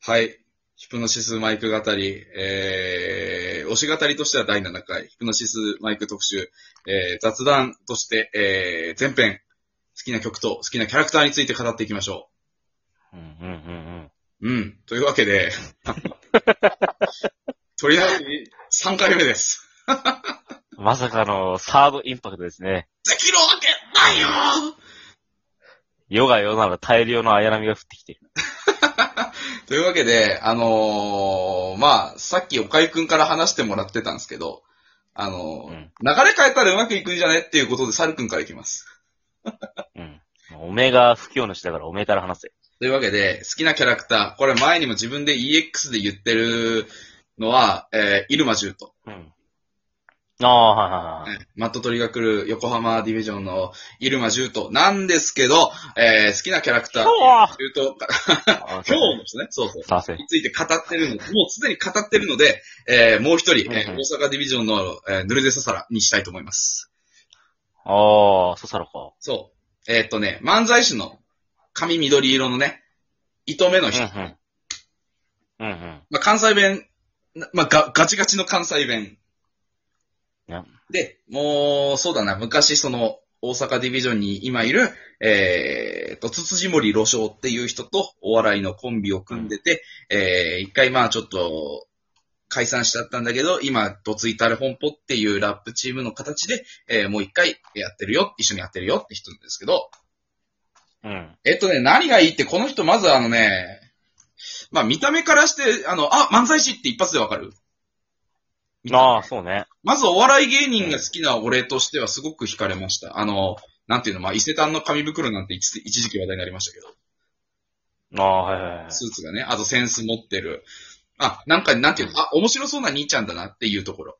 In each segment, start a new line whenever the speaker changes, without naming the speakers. はい。ヒプノシスマイク語り、えー、推し語りとしては第7回、ヒプノシスマイク特集、えー、雑談として、えー、前編、好きな曲と好きなキャラクターについて語っていきましょ
うんうんうん
う。うん。というわけで、 とりあえず3回目です。
うん。まさかのサードインパクトですね。
できるわけないよ
世が世なら大量の綾波が降ってきてる。
というわけで、あのーまあ、さっき岡井くんから話してもらってたんですけど、あのー
うん
流れ変えたらうまくいくんじゃねっていうことで、サルくんからいきます。
うん。おめえが不況のしだからおめえから話せ。
というわけで、好きなキャラクター、これ前にも自分で EX で言ってるのは、えー、イルマジュート。
うん。ああ、はいはいはい。
マットトリが来る横浜ディビジョンのイルマジュートなんですけど、えー、好きなキャラクター、
今日は
ジュートか、
今
今日のですね、そうそう。
させ。
について語ってるの、もうすでに語ってるので、えーもう一人、えー
うんうん
大阪ディビジョンの、えーヌルデササラにしたいと思います。
ああ、そさろか。
そう。えーっとね、漫才師の髪緑色のね、糸目の
うん
人。
うん。うんうん。
まあ、関西弁、なまあ、がガチガチの関西弁
ね。
で、もう、そうだな、昔その、大阪ディビジョンに今いる、えー、と、つつじもり路章っていう人とお笑いのコンビを組んでて、えー、一回まあちょっと、解散しちゃったんだけど、今、ドツイタレ本舗っていうラップチームの形で、えー、もう一回やってるよ、一緒にやってるよって人なんですけど、
うん。
えっとね、何がいいって、この人、まずあのね、まあ、見た目からして、あの、あ、漫才師って一発でわかる。
ああ、そうね。
まずお笑い芸人が好きな俺としてはすごく惹かれました。あの、なんていうの、まあ、伊勢丹の紙袋なんて一一時期話題になりましたけど、
ああ、はいはいはい。
スーツがね、あとセンス持ってる。あ、なんか、なんていうの、あ、面白そうな兄ちゃんだなっていうところ。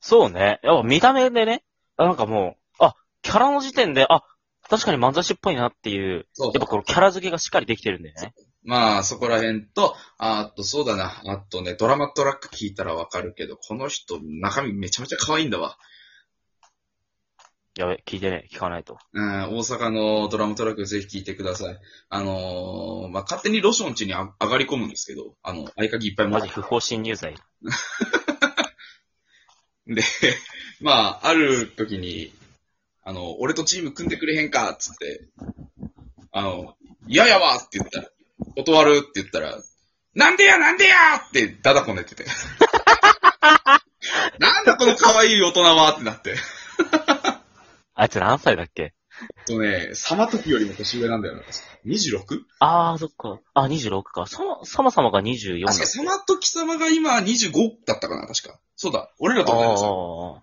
そうね。やっぱ見た目でね、あなんかもう、あ、キャラの時点で、あ、確かに漫才師っぽいなっていう、
そう
やっぱこのキャラ付けがしっかりできてるんだよね。
まあ、そこら辺と、ああと、そうだな、あとね、ドラマトラック聞いたらわかるけど、この人、中身めちゃめちゃ可愛いんだわ。
やべ、聞いてね、聞かないと。
うん、大阪のドラムトラックぜひ聴いてください。あのーまあ、勝手にロション家にあ上がり込むんですけど、あの、合鍵いっぱい持
マ
っ
ジ不法侵入罪。
で、 まあ、ある時に、あの、俺とチーム組んでくれへんかっつって、あの、嫌やわって言ったら、断るって言ったら、なんでやなんでやってダダこねて て。なんだこの可愛い大人はってなって。えっ
あいつ何歳だっけ
とね、サマ時よりも年上なんだよな。26?
ああ、そっか。あ、26か。さま、さまさまが24だ。
確か、サマ時様が今25だったかな、確か。そうだ、俺らと同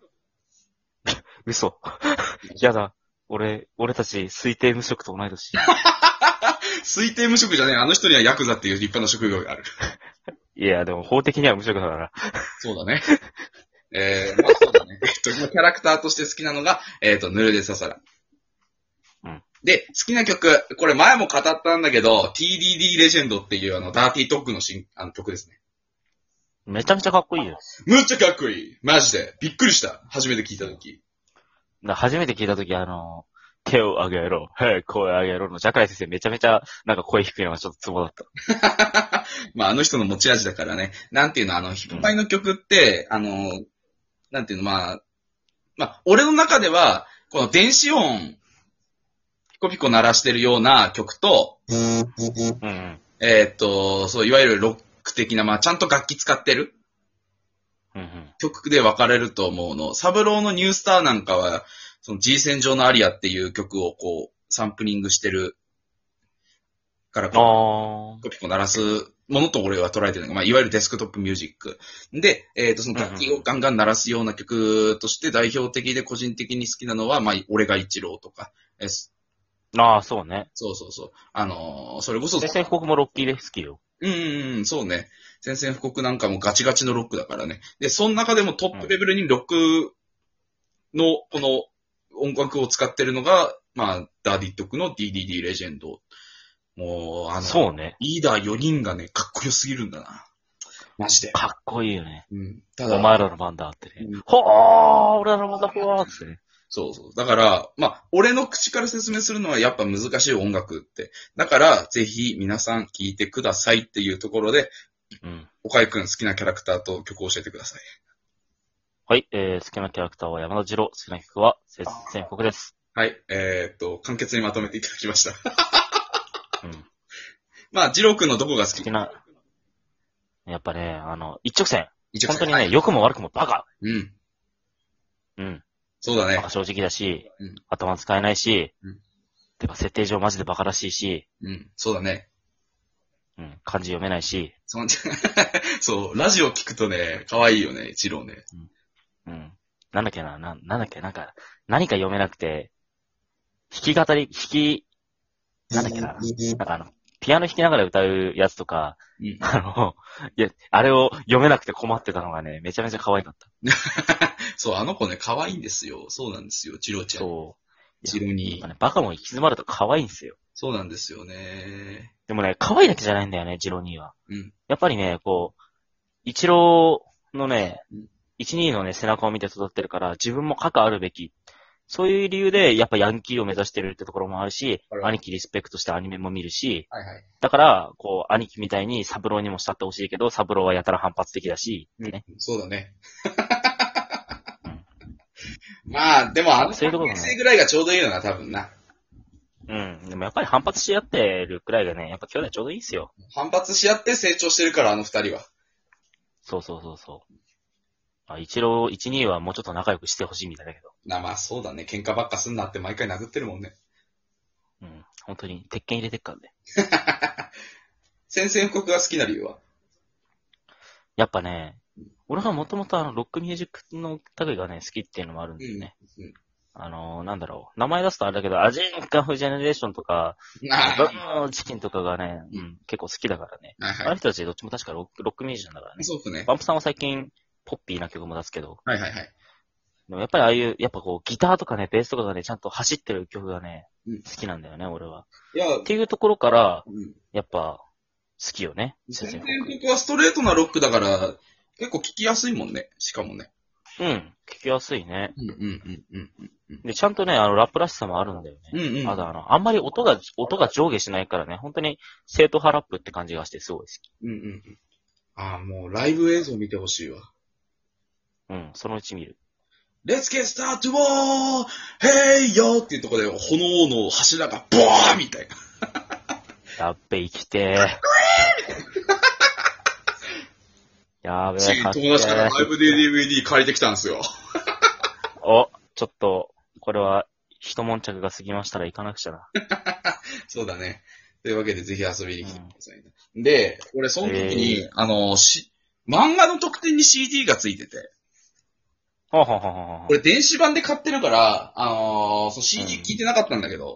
じだ。
ああ。 嘘。やだ。俺、俺たち、推定無職と同い年。
推定無職じゃねえ、あの人にはヤクザっていう立派な職業がある。
いや、でも法的には無職だから。
そうだね。 えー、まあそうだね。えっと、今キャラクターとして好きなのが、えっ、と、ヌルデササラ。
うん。
で、好きな曲、これ前も語ったんだけど、TDD レジェンドっていうあの、ダーティートックの新あの曲ですね。
めちゃめちゃかっこいいよ。
むっちゃかっこいいマジでびっくりした初めて聞いたとき。
な初めて聞いたとき、あの、手を上げろ、はい、声上げろのジャカイ先生めちゃめちゃ、なんか声低いのがちょっとツボだった。
まあ、あの人の持ち味だからね。なんていうの、あの、ヒップパイの曲って、あの、なんていうの、まあ、まあ、俺の中では、この電子音、ピコピコ鳴らしてるような曲と、
うんうん。
えーっと、そう、いわゆるロック的な、まあ、ちゃんと楽器使ってる
うんうん。
曲で分かれると思うの。サブローのニュースターなんかは、その G 戦場のアリアっていう曲をこう、サンプリングしてるから、こう
あ
ピコピコ鳴らすものと俺は捉えてるのが、まあ、いわゆるデスクトップミュージック。で、えっ、と、その楽器をガンガン鳴らすような曲として代表的で個人的に好きなのは、まあ、俺が一郎とか、えそ
あ。ああ、そうね。
そうそうそう。あのーそれこそ、
先生、僕もロッキーで好きよ。
うんうんうん、そうね。宣戦布告なんかもガチガチのロックだからね。で、その中でもトップレベルにロックの、この音楽を使ってるのが、まあ、ダーディットクの DDD レジェンド。もう、あの、
そうね。
リーダー4人がね、かっこよすぎるんだな。マジで。
かっこいいよね。
うん。た
お
だ、
前らの番だって
う
ね
ん。
ほー俺らの番だほーってね。
そうそう。だから、まあ、俺の口から説明するのはやっぱ難しい音楽って。だから、ぜひ皆さん聴いてくださいっていうところで、
うん。
岡井くん好きなキャラクターと曲を教えてください。
はい、えー、好きなキャラクターは山田次郎、好きな曲は、せ戦国です。
はい。えーっと、簡潔にまとめていただきました。
うん。
まあ、ジローくんのどこが好き
好きな、やっぱね、あの、一直線。
一応
本当に
は
ね、
い
良くも悪くもバカ。
うん。
うん。
そうだ
バ
ね
カ。正直だし、
うん
頭使えないし、
うん
てか設定上マジでバカらしいし、
うん。そうだね。
うん、漢字読めないし、
そん そう、ラジオ聞くとね、可愛いよね、ジローね。
うん。なんだっけな、な、なんだっけ、なんか、何か読めなくて、弾き語り、弾き、なんだっけな、なんかあの、ピアノ弾きながら歌うやつとか、
うん。
あの、いや、あれを読めなくて困ってたのがね、めちゃめちゃ可愛かった。
そう、あの子ね、可愛いんですよ。そうなんですよ、ジローちゃん。
そう。
ジロー
やっ
に
ぱ。ね、バカも行き詰まると可愛いんですよ。
そうなんですよね。
でもね、可愛いだけじゃないんだよね、ジロー兄は。
うん。
やっぱりね、こう、一郎のね
うん、
一二のね、背中を見て育ってるから、自分も過去あるべき。そういう理由で、やっぱヤンキーを目指してるってところもあるし
あ、ら
兄貴リスペクトしてアニメも見るし、
はいはい。
だから、こう、兄貴みたいにサブローにも慕ってほしいけど、サブローはやたら反発的だし、ってね。
うん、そうだね。 まあ、でも、あの、
そういうところ
学
がね
生ぐらいがちょうどいいよな、多分な。
うん。でもやっぱり反発し合ってるくらいがね、やっぱ兄弟ちょうどいいんすよ。
反発し合って成長してるから、あの二人は。
そうそうそうそう。あ一郎、一二はもうちょっと仲良くしてほしいみたいだけど。
な、まあそうだね。喧嘩ばっかすんなって毎回殴ってるもんね。
うん。本当に、鉄拳入れてっからね。
宣戦布告が好きな理由は
やっぱね、俺がもともとあの、ロックミュージックの類がね、好きっていうのもあるんだよね。
うん。
あのー、なんだろう。名前出すとあれだけど、アジンカフジェネレーションとか、
ああ、
ガ
は
ムチキンとかがね、
う
うんん、結構好きだからね。
い
あ
は
の人たちどっちも確かロックロックミュージシャンだから
い。
ね。
そうですね。
バンプさんは最近、ポッピーな曲も出すけど、
はいはいはい。
でもやっぱりああいう、やっぱこう、ギターとかね、ベースとかがね、ちゃんと走ってる曲がね
うん、
好きなんだよね、俺は。
いや、
っていうところから、
うん
やっぱ、好きよね。
宣
先
戦
生
布告はストレートなロックだから、結構聞きやすいもんね。しかもね。
うん、聞きやすいね。
うんうんうんうん。
で、ちゃんとね、あの、ラップらしさもあるんだよね。
うんうん。
あとあの、あんまり音が、音が上下しないからね、本当に正統派ラップって感じがしてすごい好き。
うんうんうん。ああ、もうライブ映像見てほしいわ。
うん、そのうち見る。
Let's get start to war! Hey yo! っていうところで炎の柱がボーンみたいな。
やっべ、生きてー。やべ
つい
え、かっけ
友達からライブで
ー。
DVD 借りてきたんですよ。
お、ちょっと、これは、一悶着が過ぎましたら行かなくちゃな。
そうだね。というわけで、ぜひ遊びに来てくださいね、で、俺、その時に、
え
あの、し、漫画の特典に CD がついてて、
ほうほうほうほうほう。
俺、電子版で買ってるから、あのーその CD 聞いてなかったんだけど、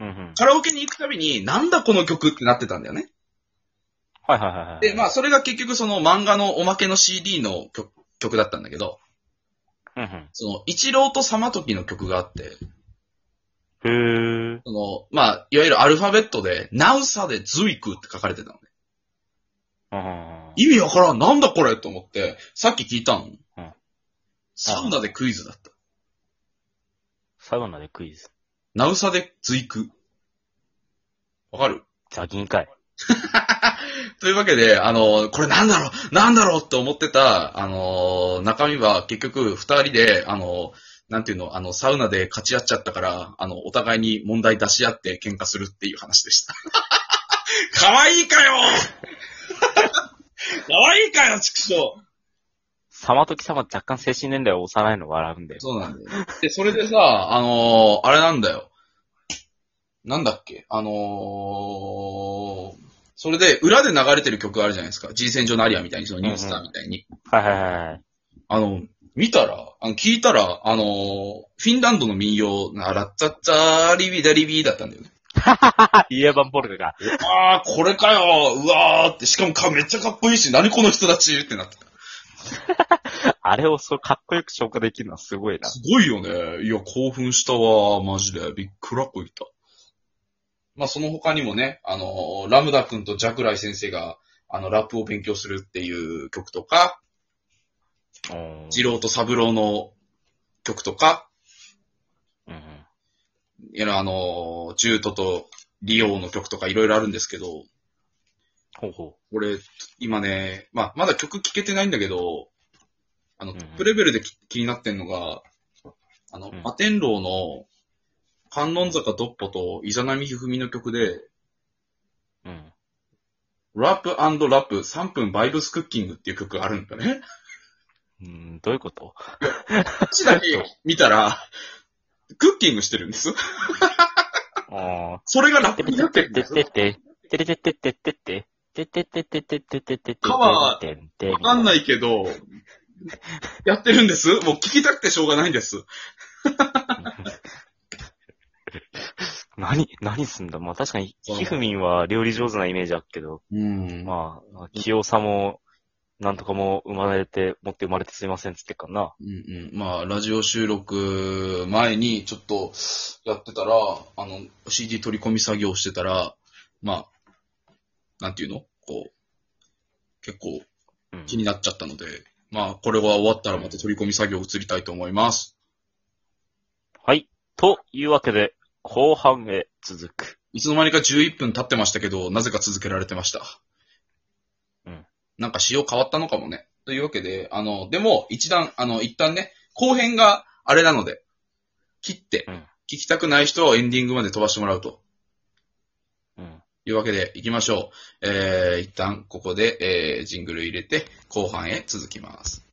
うんうん。
カラオケに行くたびに、なんだこの曲ってなってたんだよね。
はいはいはいはい。
で、まあ、それが結局、その漫画のおまけの CD の曲曲だったんだけど、
うん
その、一郎と様時の曲があって、
うん。へー。
その、まあ、いわゆるアルファベットで、ナウサでズイクって書かれてたのね。
うんうんうん
意味わからん、なんだこれと思って、さっき聞いたの。
ん
サウナでクイズだった。
サウナでクイズ。
ナウサで随句。わかる
ザギンかい。
というわけで、あの、これなんだろうなんだろうって思ってた、あの、中身は結局二人で、あの、なんていうの、あの、サウナで勝ち合っちゃったから、あの、お互いに問題出し合って喧嘩するっていう話でした。 かわいいかよ かわいいかよ、畜生
サマトキ様若干精神年代を幼いの笑うんだよ。
そうなんだよ。で、それでさ、あのーあれなんだよ。なんだっけあのーそれで、裏で流れてる曲あるじゃないですか。G 戦場のアリアみたいに、そのニュースターみたいに。
はいはいはいはい。
あの、見たら、あの、聞いたら、あのーフィンランドの民謡、なラッツァッツァーリビダリビだったんだよね。
イエバンポルカが。
あー、これかようわーって、しかもか、めっちゃかっこいいし、何この人たちってなってた。
あれをそうかっこよく消化できるのはすごいな。
すごいよね。いや、興奮したわ。マジで。びっくらこいた。まあ、その他にもね、あの、ラムダ君とジャクライ先生が、あの、ラップを勉強するっていう曲とか、
うん
ジローとサブローの曲とか、いやあの、ジュートとリオの曲とかいろいろあるんですけど、
ほうほ
俺、今ね、まあ、まだ曲聴けてないんだけど、あの、
うん
ト
うん
ップレベルでき気になってんのが、あの
う、ん
摩天楼の、観音坂ドッポとイザナミヒフミの曲で、
う。うん。
ラップラップ3分バイブスクッキングっていう曲があるんだ ね。
うん、どういうこ
こ
と
っちだけ見たら、クッキングしてるんです。
あ
それがラッ
あ。て
プ
て
になって
て
るんで
て
す。
てて、ててててててて、ててててててててて、てて。
わかんないいけど、やってるんです。もう聞きたくてしょうがないんです。
何、何すんだまあ確かに、
そう
ひふみんは料理上手なイメージあるけど、
うん
まあ、器用さも、なんとかも生まれて、持って生まれてすいませんっつってっかな。
うんうん。まあ、ラジオ収録前にちょっとやってたら、あの、CD 取り込み作業してたら、まあ、なんていうのこう、結構
うん
気になっちゃったので、まあ、これは終わったらまた取り込み作業移りたいと思います。
はい。というわけで、後半へ続く。
いつの間にか11分経ってましたけど、なぜか続けられてました。
うん。
なんか仕様変わったのかもね。というわけで、あの、でも、一段、あの、一旦ね、後編があれなので、切って
うん、
聞きたくない人はエンディングまで飛ばしてもらうと。
うん。
というわけで、行きましょう。えー、一旦ここで、えー、ジングル入れて、後半へ続きます。